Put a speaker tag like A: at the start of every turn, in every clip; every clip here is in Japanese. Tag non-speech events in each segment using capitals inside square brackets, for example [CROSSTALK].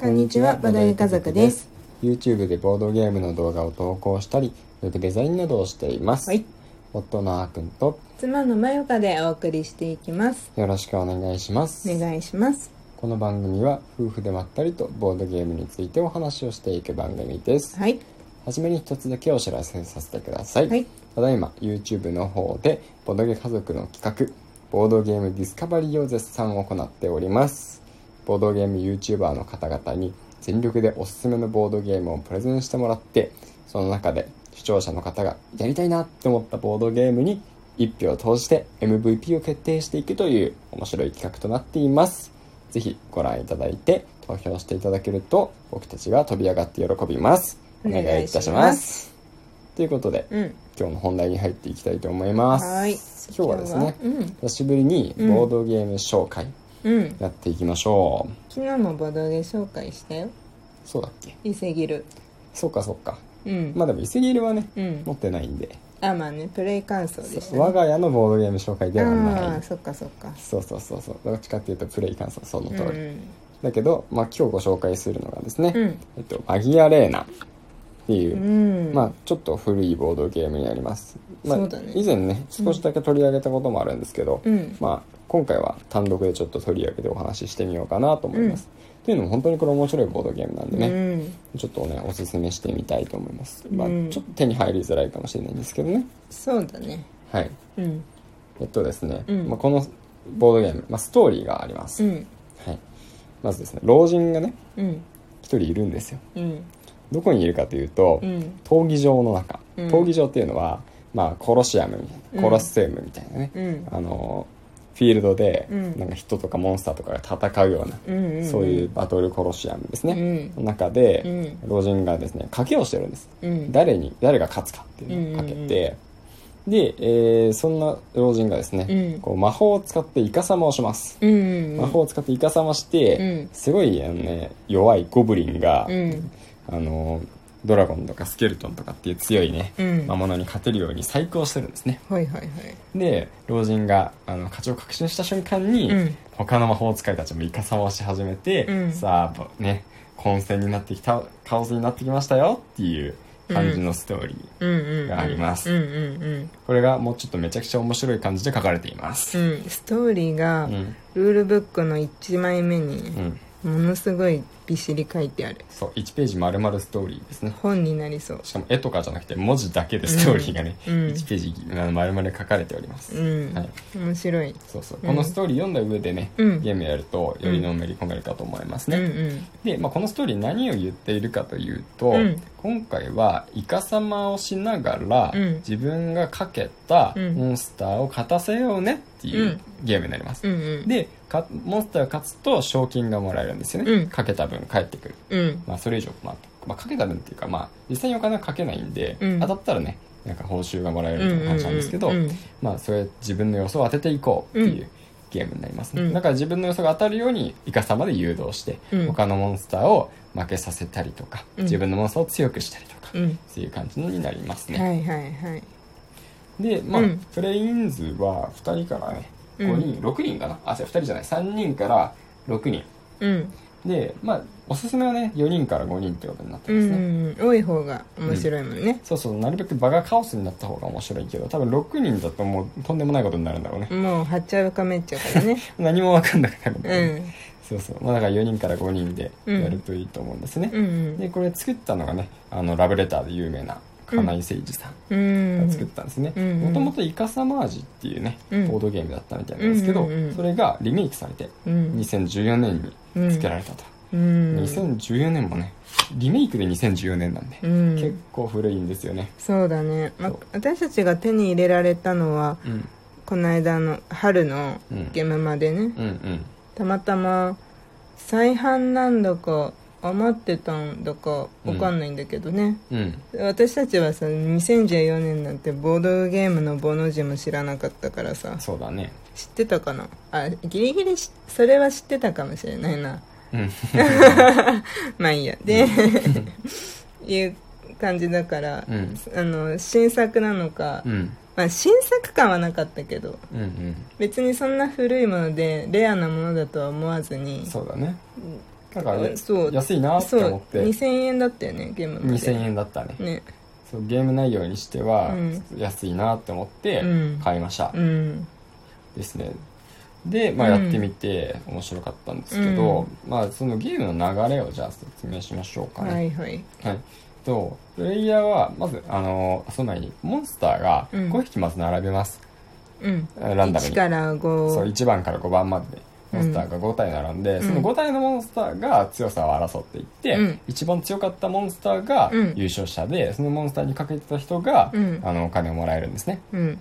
A: こんにちは、ボドゲ家族です。。
B: YouTube でボードゲームの動画を投稿したり、ウェブデザインなどをしています。
A: はい。
B: 夫のあーくんと
A: 妻のまよかでお送りしていきます。
B: よろしくお願いします。
A: お願いします。
B: この番組は夫婦でまったりとボードゲームについてお話をしていく番組です。
A: はい。
B: はじめに一つだけお知らせさせてください。
A: はい
B: ただいま YouTube の方でボドゲ家族の企画ボードゲームディスカバリーを絶賛行っておりますボードゲーム YouTuber の方々に全力でおすすめのボードゲームをプレゼンしてもらってその中で視聴者の方がやりたいなって思ったボードゲームに1票を投じて MVP を決定していくという面白い企画となっていますぜひご覧いただいて投票していただけると僕たちが飛び上がって喜びますお願いいたし
A: お願
B: ま
A: いします
B: ということで
A: うん。
B: 今日の本題に入っていきたいと思います
A: はい。
B: 今日はですね
A: 今日は
B: 久しぶりに
A: うん
B: ボードゲーム紹介
A: うん。うん。
B: やっていきましょう、
A: 昨日もボドゲ紹介したよ。
B: そうだっけ
A: 伊勢ギル。
B: そうかそうか
A: うん。
B: まあでも伊勢切りはね
A: うん
B: 持。ってないんで、
A: あ、まあね、プレイ感想でした、ね。
B: 我が家のボードゲーム紹介では
A: あ
B: な
A: あ、
B: い
A: そっかそっか。
B: そうそうそうそうどっちかっていうとプレイ感想その
A: う
B: 通り、
A: ん。
B: だけど、まあ、今日ご紹介するのがですね、
A: うん。
B: えっと、マギアレーナっていうう、
A: ん。
B: まあ、ちょっと古いボードゲームになります、まあ、
A: そうだね
B: 以前ね少しだけ取り上げたこともあるんですけど、
A: うん。
B: まあ、今回は単独でちょっと取り上げてお話ししてみようかなと思います。っていうのも本当にこれ面白いボードゲームなんで
A: う
B: ね、
A: ん。
B: ちょっとね、おすすめしてみたいと思います。まあ、
A: うん
B: ちょっと手に入りづらいかもしれないんですけどね。
A: そうだね。
B: はい。
A: うん。
B: えっとですね、
A: うん
B: まあ、このボードゲーム、まあ、ストーリーがありま
A: う
B: す。
A: ん。
B: はい。まずですね、老人がね、
A: うん。
B: 一人いるんですよ。
A: うん。
B: どこにいるかというと、
A: うん。
B: 闘技場の中。
A: うん
B: 闘技場っていうのは、まあ、コロシアムみたいな、コロッセウムみたいなね、
A: うん。
B: あの、フィールドで
A: う、ん
B: なんか人とかモンスターとかが戦うような、
A: うんうん。
B: そういうバトルコロシアムですね、
A: う
B: の中で、
A: ん。
B: 老人がですね賭けをしてるんです
A: うん。
B: 誰に誰が勝つかっていうのをかけて、で、えーそんな老人がですね、
A: うん
B: こう魔法を使ってイカサマをします、
A: うん。
B: 魔法を使ってイカサマして、
A: うん
B: すごいあの、ね、弱いゴブリンが、
A: うん。
B: あのドラゴンとかスケルトンとかっていう強いね、
A: うん。
B: 魔
A: はい
B: 物に勝てるように細工をしてるんですね
A: はいはい。
B: で老人があの勝ちを確信した瞬間に、
A: うん
B: 他の魔法使いたちもイカサマをし始めて、
A: うん
B: さあぼね混戦になってきたカオスになってきましたよっていう感じのストーリー、
A: うんうん。
B: があります
A: うんうん
B: これがもうちょっとめちゃくちゃ面白い感じで書かれていま
A: う
B: す
A: ん。うん。ストーリー
B: う
A: が
B: ん、うん
A: ルールブックの1枚目にものすごいびっしり書いてある。
B: そう1ページ丸々ストーリーですね
A: 本になりそう。
B: しかも絵とかじゃなくて文字だけでストーリーがね、
A: うんうん
B: 1ページあの丸々書かれております、
A: うん
B: はい。
A: 面白い。
B: そうそう
A: うん
B: このストーリー読んだ上でね、
A: うん
B: ゲームやるとよりのめり込めるかと思います
A: う
B: ね、
A: んうん。
B: で、まあ、このストーリー何を言っているかというと、
A: うん
B: 今回はイカサマをしながら、
A: うん
B: 自分がかけた
A: うん
B: モンスターを勝たせようねっていううんゲームになります、
A: うんうん。、
B: でかモンスターが勝つと賞金がもらえるんですよね、
A: うん
B: かけた分返ってくる、
A: うん。
B: まあ、それ以上、まあまあ、かけた分っていうか、まあ、実際にお金はかけないんで、
A: うん
B: 当たったらねなんか報酬がもらえ
A: うん
B: るみ
A: う
B: たいな感じなんですけど、
A: んうん
B: まあ、それ自分の予想を当てていこうっていううゲームになりますね、
A: うん
B: だから自分の予想が当たるようにイカサマで誘導して、
A: うん
B: 他のモンスターを負けさせたりとか、
A: うん
B: 自分のモンスターを強くしたりとか、
A: う
B: っ
A: ん。
B: ていう感じになりますね、
A: はいはいはい。
B: でまあ、
A: うん
B: プレイ人数は2人からね
A: うん
B: 5人、6人かなあ違う2人じゃない3人から6人
A: うん。
B: でまあおすすめはね4人から5人ってことになって
A: う
B: ま
A: ん
B: す
A: う
B: ね、
A: んうん。多い方が面白いもんね。
B: そうそうなるべく場がカオスになった方が面白いけど多分6人だともうとんでもないことになるんだろうね、
A: もうはっちゃうかめっちゃうから [LAUGHS] ね。
B: 何も分かんなくなるんだよね、
A: うん。
B: そうそうまあだから4人から5人でやるといいと思うんですね、
A: うん
B: でこれ作ったのがねあのラブレターで有名な金井誠二さ
A: うんん。
B: が作ったんですね
A: うんうん
B: もともとイカサマージっていうね、
A: うん
B: ボードゲームだったみたいなんですけ
A: う
B: ど、
A: んうんうん
B: それがリメイクされて
A: うん。
B: 2014年に作られたと、
A: うん。
B: 2014年もねリメイクで2014年なんで、
A: うん
B: 結構古いんですよね
A: そうだね、まあ
B: そう
A: 私たちが手に入れられたのは
B: うん
A: この間の春の
B: うん
A: ゲームまでね、
B: うんうん
A: たまたま再販なんだか余ってたんだかわかんないんだけどね、
B: うん
A: 私たちはさ2014年なんてボードゲームのボの字も知らなかったからさ
B: そうだね
A: 知ってたかなあギリギリしそれは知ってたかもしれない [LAUGHS] な
B: うん
A: まあいいやで、 [LAUGHS] いう感じだから、
B: うん
A: あの新作なのか、
B: うん
A: まあ、新作感はなかったけど
B: うんうん
A: 別にそんな古いものでレアなものだとは思わずに
B: そうだねだからね
A: そう
B: 安いなって
A: そう
B: 思って
A: 2000円だったよねゲームまで
B: 2000円だったね、
A: ね
B: そうゲーム内容にしては
A: うん
B: 安いなって思って
A: うん
B: 買いました、
A: うん
B: ですねで、まあ、
A: うん
B: やってみて面白かったんですけど、まあ、そのゲームの流れをじゃあ説明しましょうかね、
A: はいはい
B: はい、とプレイヤーはまずあのその前にモンスターが
A: うん
B: 5匹まず並べます、
A: うん
B: ランダム
A: 1
B: に
A: から
B: そう
A: 5
B: 1番から5番までモンスターが5体並んで、
A: うん
B: その5体のモンスターが強さを争っていって、
A: うん
B: 一番強かったモンスターが
A: うん
B: 優勝者で、そのモンスターにかけてた人が、
A: うん
B: あのお金をもらえるんですね
A: うん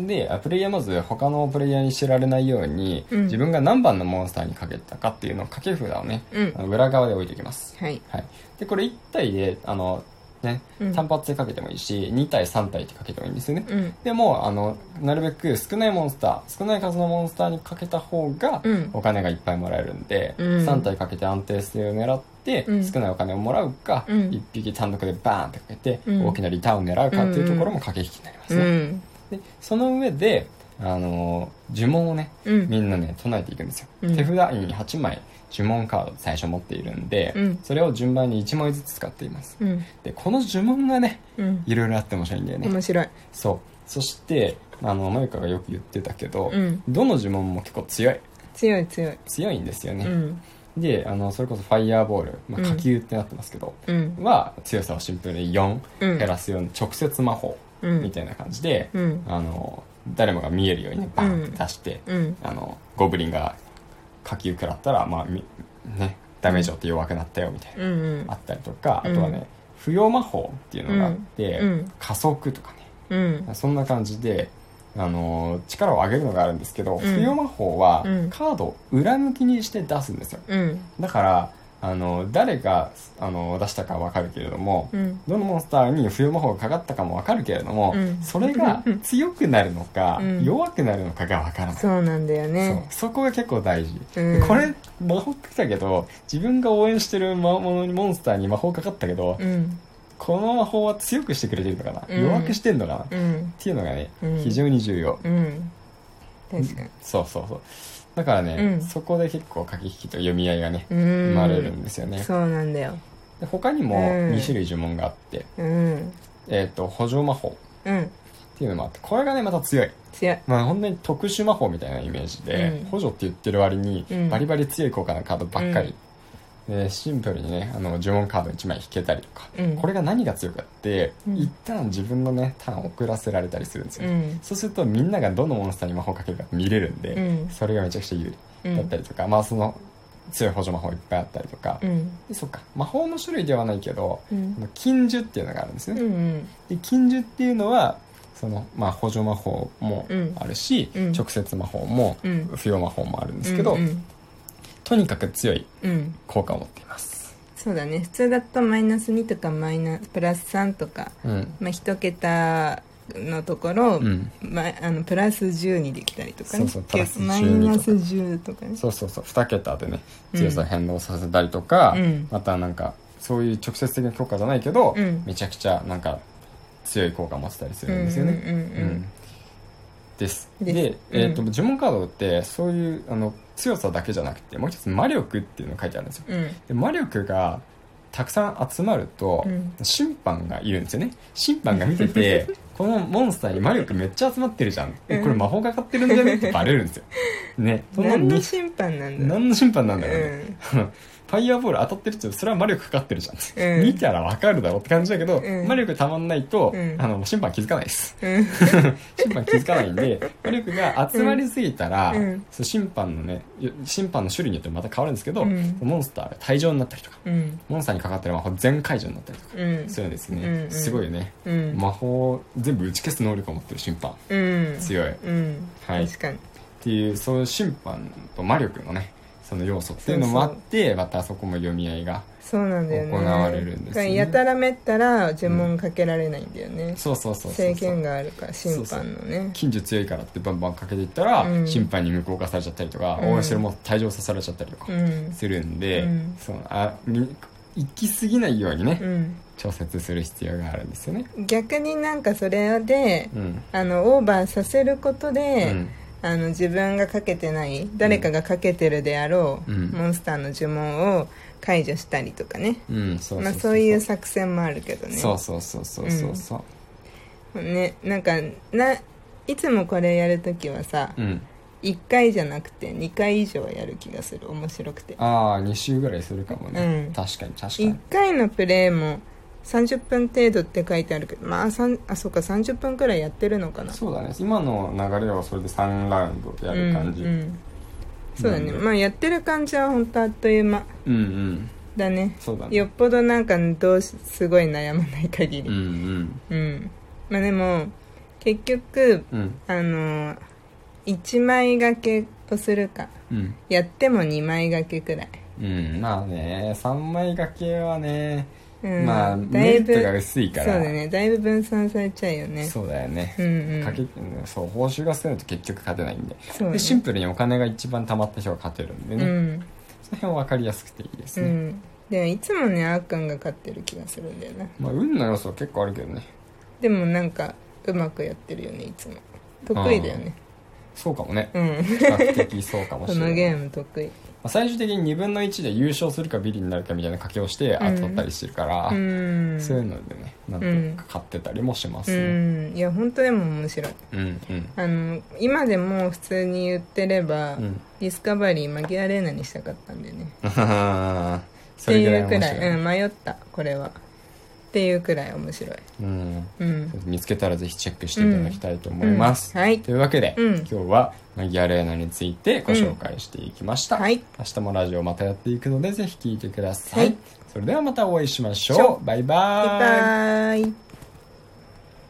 B: であプレイヤーまず他のプレイヤーに知られないように、
A: うん
B: 自分が何番のモンスターにかけてたかっていうのを掛け札をね、
A: うん
B: あの裏側で置いておきます
A: はい
B: はい、でこれ1体であの、ね
A: うん
B: 単発でかけてもいいし2体3体ってかけてもいいんですよね、
A: うん
B: でもあのなるべく少ないモンスター少ない数のモンスターにかけた方が
A: うん
B: お金がいっぱいもらえるんで、
A: うん
B: 3体かけて安定性を狙って、
A: うん
B: 少ないお金をもらうか、
A: うん
B: 1匹単独でバーンってかけて、
A: うん
B: 大きなリターンを狙うかっていうところも駆け引きになります
A: う
B: ね、
A: ん
B: でその上であの呪文をね
A: うん
B: みんなね唱えていくんですよ、
A: うん
B: 手札に8枚呪文カード最初持っているんで、
A: うん
B: それを順番に1枚ずつ使っています
A: うん
B: でこの呪文がね
A: うん
B: いろいろあって面白いんだよね
A: 面白い
B: そうそしてあのまゆかがよく言ってたけど、
A: うん
B: どの呪文も結構強い
A: 強い強い
B: 強いんですよ
A: う
B: ね、
A: ん
B: であのそれこそファイヤーボール、まあ、
A: うん
B: 火球ってなってますけど、
A: うん
B: は強さをシンプルに4
A: うん
B: 減らすように直接魔法
A: うん
B: みたいな感じで、
A: うん
B: あの誰もが見えるようにねバンって出して、
A: うん
B: あのゴブリンが火球食らったら、まあみね、ダメージを負って弱くなったよみたいな、
A: うんうん
B: あったりとか
A: う
B: あ
A: ん
B: とはね、不要魔法っていうのがあって、
A: うんうん
B: 加速とかね
A: うん
B: そんな感じで、あのー力を上げるのがあるんですけど、
A: ん
B: 不要魔法は
A: うん
B: カードを裏向きにして出すんですよ
A: うん
B: だから、あのー誰が、あのー出したかわかるけれども、
A: うん
B: どのモンスターに不要魔法がかかったかもわかるけれども、
A: うん
B: そ
A: [LAUGHS]
B: れが強くなるのか、
A: うん
B: 弱くなるのかがわからない
A: そうなんだよね
B: そうそこが結構大事、
A: うん
B: これ魔法ってきたけど自分が応援してる魔物にモンスターに魔法かかったけど、
A: うん
B: この魔法は強くしてくれてるのかな、
A: うん
B: 弱くしてんのかな、っ
A: うん
B: ていうのがね、
A: うん
B: 非常に重要、
A: うん確かに
B: そうそうそうだからね、
A: うん
B: そこで結構駆け引きと読み合いがね
A: うん
B: 生まれるんですよね、
A: そうなんだよ
B: で他にも
A: うん
B: 2種類呪文があって、
A: うん
B: えっと補助魔法
A: うん
B: っていうのもあってこれがねまた強い
A: 強い
B: まあ本当に特殊魔法みたいなイメージで、
A: うん
B: 補助って言ってる割に
A: うん
B: バリバリ強い効果のカードばっかり、でシンプルにねあの呪文カード1枚引けたりとか、
A: うん
B: これが何が強いかって、
A: うん
B: 一旦自分のねターン遅らせられたりするんですよ、
A: うん
B: そうするとみんながどのモンスターに魔法かけるか見れるんで、
A: うん
B: それがめちゃくちゃ有
A: うん
B: 利だったりとか、まあその強い補助魔法いっぱいあったりとか、
A: うん
B: でそっか魔法の種類ではないけど、
A: うん
B: あの禁呪っていうのがあるんです
A: う
B: ね、
A: ん
B: で禁呪っていうのはその、まあ、補助魔法も
A: うん
B: あるし、
A: うん
B: 直接魔法も、
A: うん
B: 不要魔法もあるんですけど、
A: うん
B: とにかく強い
A: うんうん
B: 効果を持っています、
A: そうだね普通だとマイナス2とかマイナプラス3とか、
B: うん
A: まあ、1桁のところ、
B: うん、
A: まあ、あのプラス10にできたりとかね
B: そうそうプラス12
A: マイナス10とかね
B: そうそうそう2桁でね
A: うん
B: 強さを変動させたりとか、
A: うん
B: またなんかそういう直接的な効果じゃないけど、
A: うん
B: めちゃくちゃなんか強い効果を持ってたりするんですよね、
A: うんうんうんうん
B: です
A: で
B: ですえー、と
A: うん
B: 呪文カードってそういうあの強さだけじゃなくてもう一つ魔力っていうのが書いてあるんですよ
A: うん
B: で魔力がたくさん集まると、
A: うん
B: 審判がいるんですよね審判が見てて
A: [LAUGHS]
B: このモンスターに魔力めっちゃ集まってるじゃんえ
A: うん
B: これ魔法かかってるんじゃねってバレるんですよねその
A: 何の
B: に
A: 審判なんだろう
B: 何の審判なん
A: う
B: だろうね、
A: ん
B: ファイヤーボール当たってるってそれは魔力かかってるじゃん、
A: うん
B: 見たらわかるだろうって感じだけど、
A: うん
B: 魔力たまんないと、
A: うん
B: あの審判気づかないです
A: うん
B: [LAUGHS] 審判気づかないんで魔力が集まりすぎたら、
A: うん
B: そう審判のね審判の種類によってまた変わるんですけど、
A: うん
B: モンスターが退場になったりとか
A: うん
B: モンスターにかかってる魔法全解除になったりとか
A: うん
B: するんですね、
A: うんうん
B: すごいよね、
A: うん
B: 魔法を全部打ち消す能力を持ってる審判
A: うん
B: 強いっ
A: うん
B: はい
A: 確かに
B: ていうそういう審判と魔力のねその要素っていうのもあってまたそこも読み合いが
A: そうなんだよね
B: 行われるんです
A: だか
B: よね
A: らやたらめったら呪文かけられないんだよね、
B: そうそうそうそう
A: 制限があるから審判のね
B: 近所強いからってバンバンかけていったら、
A: うん
B: 審判に無効化されちゃったりとか、
A: うん
B: 応援してるもん退場させられちゃったりとか
A: うん
B: するんで、
A: うん
B: そのあみ行き過ぎないようにね、
A: う
B: 調節する必要があるんですよね。
A: ん逆になんかそれで
B: うん
A: あのオーバーさせること
B: う
A: で、
B: ん
A: あの自分がかけてない誰かがかけてるであろう、
B: うん
A: モンスターの呪文を解除したりとかね、
B: うんそう
A: まあ、
B: そうそう
A: そういう作戦もあるけどね
B: そうそうそうそうそうそう
A: ねなんかないつもこれやるときはさ、
B: うん
A: 1回じゃなくて2回以上やる気がする面白くて
B: ああ2週ぐらいするかもね、
A: うん
B: 確かに確かに
A: 1回のプレイも30分程度って書いてあるけどまあさんあそうか30分くらいやってるのかな
B: そうだね今の流れはそれで3ラウンドやる感じ、
A: うんうんそうだね
B: なんで
A: まあやってる感じは本当あっという間
B: うんうん
A: だね
B: そうだね
A: よっぽどなんかどうしすごい悩まない限
B: うん
A: りうん、まあでも結局
B: うんうん
A: あの1枚掛けとするか
B: うん
A: やっても2枚掛けくらい、
B: うんまあね3枚掛けはね、
A: うん、
B: まあメリットが薄いから
A: そうだねだいぶ分散されちゃうよね
B: そうだよね
A: う、んうん
B: かけそう報酬が少ないと結局勝てないんで,、
A: そうね
B: でシンプルにお金が一番貯まった人が勝てるんで
A: う
B: ね、
A: ん
B: その辺は分かりやすくていいです
A: う
B: ね、
A: んでもいつもねあーくんが勝ってる気がするんだよな
B: まあ運の要素は結構あるけどね
A: でもなんかうまくやってるよねいつも得意だよね
B: そうかもね
A: うん
B: 比較的そうかも
A: こ
B: しれな
A: の
B: い
A: ゲーム得意
B: まあ最終的に2分の1で優勝するかビリになるかみたいな賭けをして
A: うん
B: 当たったりしてるから、
A: うん
B: そういうのでねなんとか買ってたりもしますね
A: うんいや本当でも面白い
B: うんうん
A: あの今でも普通に言 [LAUGHS] ってれば、
B: うん
A: ディスカバリーマギアレーナにしたかったんだよね
B: [LAUGHS] それぐらい
A: っていうく
B: 面
A: らい、
B: 白
A: う
B: い
A: ん、迷ったこれはっていうくらい面白い
B: うん
A: うん
B: 見つけたらぜひチェックしていただきたいと思います、
A: うんはい
B: というわけで、
A: うん
B: 今日はマギアレーナについてご紹介していきました、
A: はい
B: 明日もラジオまたやっていくのでぜひ聞いてください、
A: はい
B: それではまたお会いしましょう
A: しょ
B: バイバ
A: バイ
B: イ
A: バーイ